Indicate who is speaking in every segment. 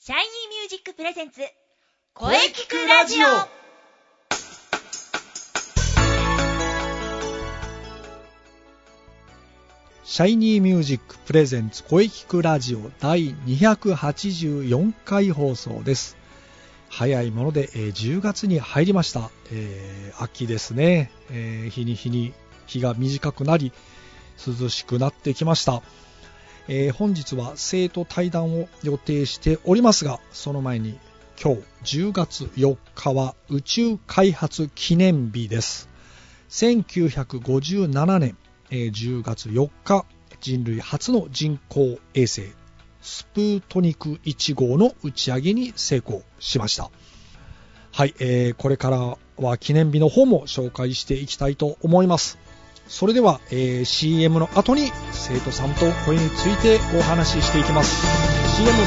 Speaker 1: シャイニーミュージックプレゼンツ
Speaker 2: 声聞くラジオ
Speaker 3: シャイニーミュージックプレゼンツ声聞くラジオ第284回放送です。早いもので、えー10月に入りました。えー秋ですね、えー日に日に日が短くなり、涼しくなってきました。えー本日は生徒対談を予定しておりますが、その前に今日10月4日は宇宙開発記念日です。1957年えー10月4日人類初の人工衛星スプートニク1号の打ち上げに成功しましたはい、えーこれからは記念日の方も紹介していきたいと思いますそれでは、えー CM の後に生徒さんと声についてお話ししていきます CM どうぞ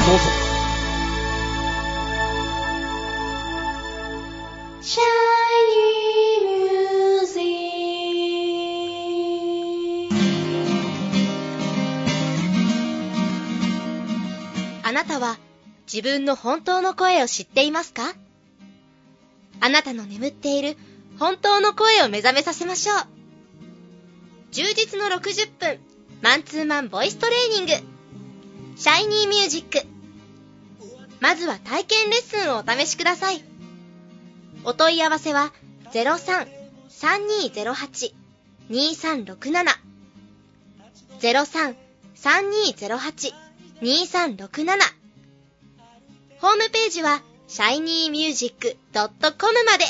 Speaker 1: シャイニーミュージックあなたは自分の本当の声を知っていますかあなたの眠っている本当の声を目覚めさせましょう充実の60分マンツーマンボイストレーニングシャイニーミュージックまずは体験レッスンをお試しくださいお問い合わせは03-3208-2367 03-3208-2367ホームページは shinymusic.com まで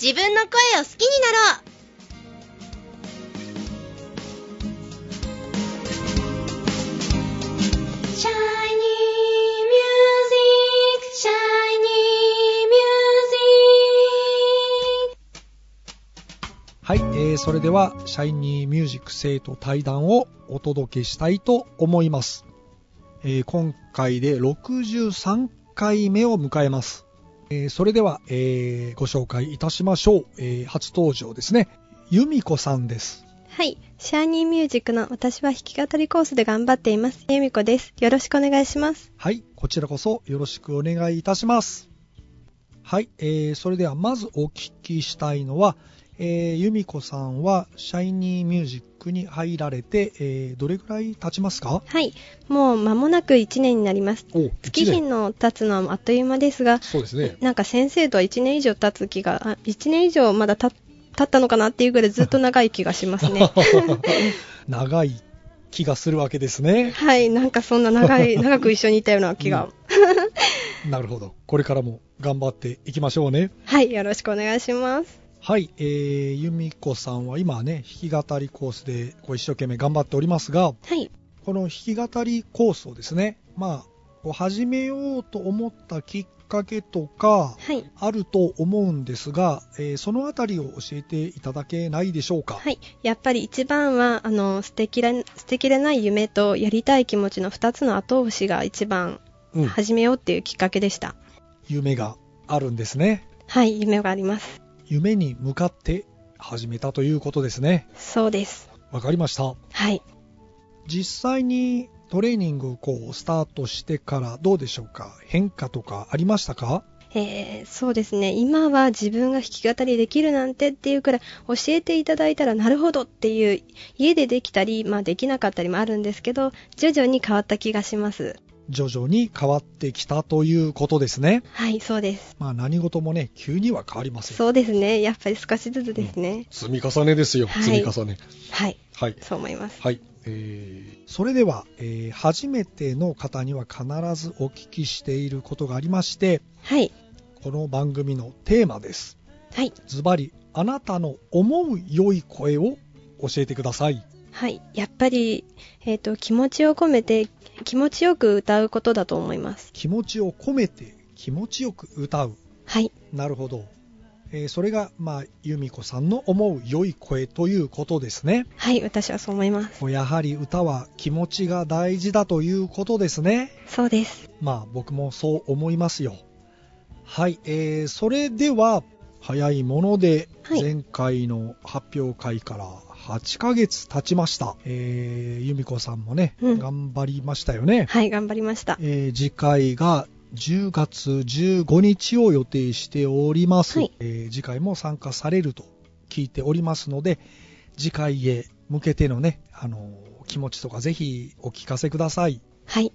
Speaker 1: 自分の声を好きになろうシャイニーミュージック、シャイニ
Speaker 3: はい、えーそれではシャイニーミュージック生徒対談をお届けしたいと思います、えー今回で63回目を迎えます、えーそれでは、えーご紹介いたしましょう、えー初登場ですね由美子さんです
Speaker 4: はい。シャーニーミュージックの私は弾き語りコースで頑張っています。ゆみこです。よろしくお願いします。
Speaker 3: はいこちらこそよろしくお願いいたしますはい、えーそれではまずお聞きしたいのは、えー由美子さんはシャイニーミュージックに入られて、えーどれぐらい経ちますか
Speaker 4: はい。もう間もなく1年になります。
Speaker 3: お
Speaker 4: 月日の経つのはあっという間ですが、
Speaker 3: そうですね。
Speaker 4: なんか先生とは1年以上経つ気が、あ1年以上まだ経経ったのかなっていうぐらいずっと長い気がしま すね。
Speaker 3: 長い気がするわけですね。
Speaker 4: はい。なんかそんな長い、長く一緒にいたような気が。
Speaker 3: うんなるほど。これからも頑張っていきましょうね。
Speaker 4: はい。よろしくお願いします。
Speaker 3: はい、えー、由美子さんは今ね、弾き語りコースでこう一生懸命頑張っておりますが、
Speaker 4: はい。
Speaker 3: この弾き語りコースをですね、まあ、こう始めようと思ったきっかけとか、
Speaker 4: はい。
Speaker 3: あると思うんですが、えーそのあたりを教えていただけないでしょうか。
Speaker 4: はい、やっぱり一番はあの捨てきれ捨てきれない夢とやりたい気持ちの2つの後押しが一番
Speaker 3: うん、
Speaker 4: 始めようっていうきっかけでした、
Speaker 3: 夢があるんですね。
Speaker 4: はい夢があります
Speaker 3: 夢に向かって始めたということですね。
Speaker 4: そうです
Speaker 3: わかりました。
Speaker 4: はい
Speaker 3: 実際にトレーニングをこうスタートしてからどうでしょうか変化とかありましたか
Speaker 4: えーそうですね今は自分が弾き語りできるなんてっていうくらい教えていただいたらなるほどっていう家でできたり、まあ、できなかったりもあるんですけど徐々に変わった気がします
Speaker 3: 徐々に変わってきたということですね。
Speaker 4: はいそうです
Speaker 3: まあ何事もね、急には変わりません。
Speaker 4: そうですねやっぱり少しずつですね、
Speaker 2: 積み重ねですよ、
Speaker 4: はい
Speaker 2: 積み重ね。
Speaker 4: はい
Speaker 2: はい。
Speaker 4: そう思います
Speaker 2: はい。え
Speaker 3: それでは、えー初めての方には必ずお聞きしていることがありまして、
Speaker 4: はい
Speaker 3: この番組のテーマです。
Speaker 4: はい
Speaker 3: ズバリ、あなたの思う良い声を教えてください。
Speaker 4: はい、やっぱり、えー、と気持ちを込めて気持ちよく歌うことだと思います。
Speaker 3: 気持ちを込めて気持ちよく歌う。
Speaker 4: はい、
Speaker 3: なるほど。えーそれが、まあ、由美子さんの思う良い声ということですね。
Speaker 4: はい、私はそう思います。
Speaker 3: こうやはり歌は気持ちが大事だということですね。
Speaker 4: そうです。
Speaker 3: まあ、僕もそう思いますよ。はい、えーそれでは、早いもので、
Speaker 4: はい
Speaker 3: 前回の発表会から8ヶ月経ちました。えー、由美子さんもね、
Speaker 4: うん
Speaker 3: 頑張りましたよね。
Speaker 4: はい、頑張りました。
Speaker 3: えー次回が10月15日を予定しております、
Speaker 4: はい
Speaker 3: えー次回も参加されると聞いておりますので次回へ向けてのね、あのー気持ちとかぜひお聞かせください
Speaker 4: はい。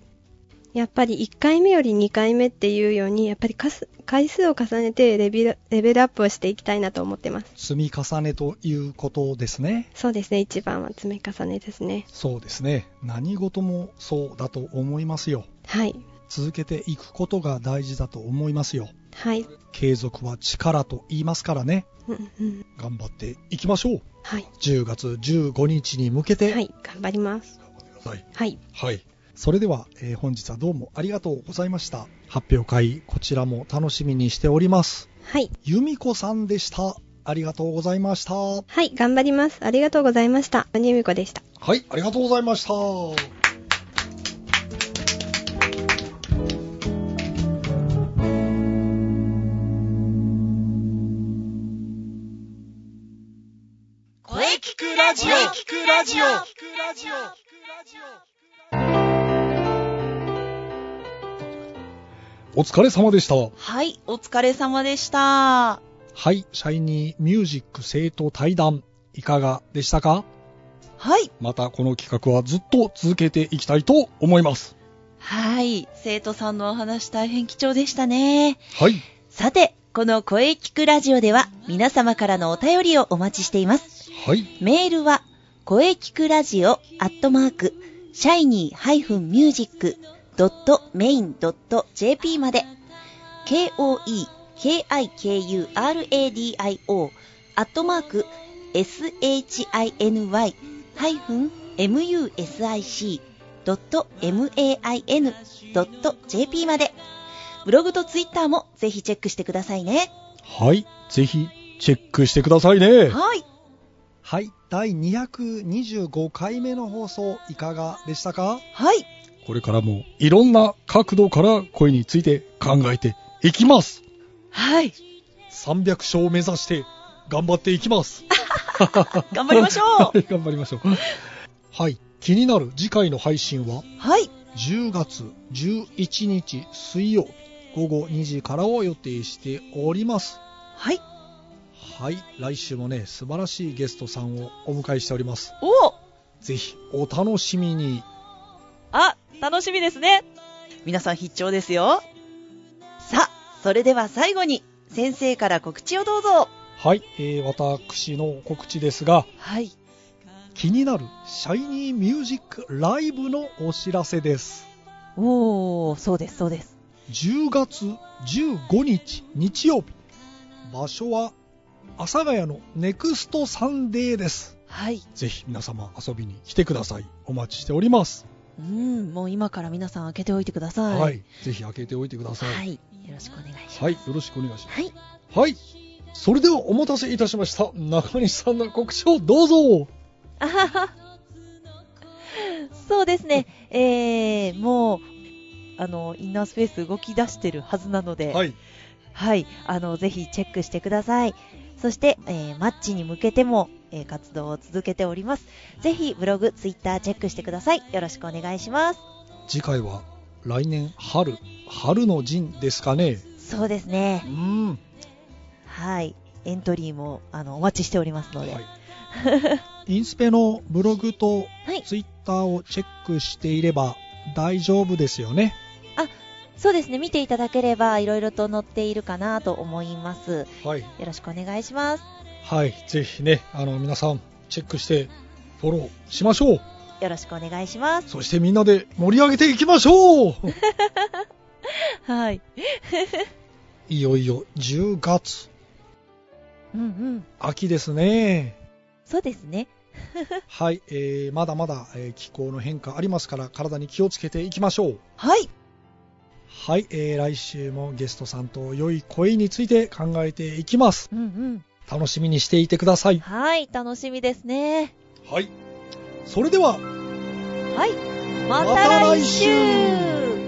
Speaker 4: やっぱり1回目より2回目っていうように、やっぱりかす回数を重ねてレベルレベルアップをしていきたいなと思ってます。
Speaker 3: 積み重ねということですね
Speaker 4: そうですね、一番は積み重ねですね。
Speaker 3: そうですね何事もそうだと思いますよ
Speaker 4: はい。
Speaker 3: 続けていくことが大事だと思いますよ
Speaker 4: はい。
Speaker 3: 継続は力と言いますからね
Speaker 4: うんうん。
Speaker 3: 頑張っていきましょう
Speaker 4: はい。
Speaker 3: 10月15日に向けて
Speaker 4: はい、頑張ります。
Speaker 3: 頑張ってください
Speaker 4: はい。
Speaker 3: はい。それでは、えー本日はどうもありがとうございました。発表会、こちらも楽しみにしております。
Speaker 4: はい。
Speaker 3: 由美子さんでした。ありがとうございました。は
Speaker 4: はい、頑張ります。ありがとうございました。にみこでした。
Speaker 3: い、ありがとうございました。
Speaker 1: 声聞くラジオ声聞くラジオ
Speaker 2: お疲れ様でした。
Speaker 5: はい、お疲れ様でし
Speaker 3: は
Speaker 5: た。
Speaker 3: い、シャイニーミュージック生徒対談、いかがでしたか
Speaker 5: はい。
Speaker 3: またこの企画はずっと続けていきたいと思います。
Speaker 5: はい、生徒さんのお話大変貴重でしたね。
Speaker 3: はい。
Speaker 5: さて、この声聞くラジオでは皆様からのお便りをお待ちしています。
Speaker 3: はい。
Speaker 5: メールは、声聞くラジオアットマーク、シャイニー -music.main.jp まで、k-o-e-k-i-k-u-r-a-d-i-o アットマーク、shiny-music.main.jp まで、ブログとツイッターもぜひチェックしてくださいね。
Speaker 3: はい。ぜひ、チェックしてくださいね。
Speaker 5: はい。
Speaker 3: はい。第225回目の放送、いかがでしたか
Speaker 5: はい。
Speaker 3: これからもいろんな角度から声について考えていきます。
Speaker 5: はい。
Speaker 3: 300勝を目指して頑張っていきます。
Speaker 5: 頑張りましょ
Speaker 3: は
Speaker 5: う。
Speaker 3: い、頑張りましょう。はい、気になる次回の配信は
Speaker 5: はい。
Speaker 3: 10月11日水曜日午後2時からを予定しております。
Speaker 5: はい。
Speaker 3: はい、来週もね、素晴らしいゲストさんをお迎えしております。
Speaker 5: おお
Speaker 3: ぜひお楽しみに。
Speaker 5: あ、楽しみですね。皆さん必聴ですよ。さあ、それでは最後に、先生から告知をどうぞ。
Speaker 3: はい、えー私の告知ですが、
Speaker 5: はい。
Speaker 3: 気になるシャイニーミュージックライブのお知らせです
Speaker 5: おおそうです、そうです。
Speaker 3: 10月15日日曜日場所は阿佐ヶ谷のネクストサンデーです
Speaker 5: はい。
Speaker 3: ぜひ皆様遊びに来てくださいお待ちしております
Speaker 5: うん、もう今から皆さん開けておいてくださ。
Speaker 3: はいい、。ぜひ開けておいてください
Speaker 5: は
Speaker 3: はい、
Speaker 5: い。よろしくお願いします。
Speaker 3: よろしくお願いしま
Speaker 5: はい。
Speaker 3: すはいそれではお待たせいたしました中西さんの告知をどうぞ
Speaker 5: あはは。そうですね。えー、もう、あの、インナースペース動き出してるはずなので、
Speaker 3: はい
Speaker 5: はい、あの、ぜひチェックしてください。そして、えーマッチに向けても、えー活動を続けております。ぜひ、ブログ、ツイッターチェックしてください。よろしくお願いします。
Speaker 3: 次回は来年春春の陣ですかね
Speaker 5: そうです
Speaker 3: う
Speaker 5: ね。
Speaker 3: ん
Speaker 5: はい。エントリーも、あの、お待ちしておりますので。
Speaker 3: はい インスペのブログと
Speaker 5: はい
Speaker 3: ツイッターをチェックしていれば大丈夫ですよね。
Speaker 5: そうですね。見ていただければ、いろいろと載っているかなと思います。
Speaker 3: はい。
Speaker 5: よろしくお願いします。
Speaker 3: はい。ぜひね、あの、皆さんチェックしてフォローしましょう。
Speaker 5: よろしくお願いします。
Speaker 3: そしてみんなで盛り上げていきましょう
Speaker 5: はい。
Speaker 3: いよいよ10月、
Speaker 5: うんうん。
Speaker 3: 秋ですね。
Speaker 5: そうですね。
Speaker 3: はい。えー、まだまだ、えー気候の変化ありますから体に気をつけていきましょう。
Speaker 5: はい。
Speaker 3: はい。えー、来週もゲストさんと良い声について考えていきます。
Speaker 5: うんうん。
Speaker 3: 楽しみにしていてください。
Speaker 5: はい。楽しみですね。
Speaker 3: はい。それでは、
Speaker 5: はい。ま
Speaker 3: また
Speaker 5: た
Speaker 3: 来
Speaker 5: 来
Speaker 3: 週
Speaker 5: 週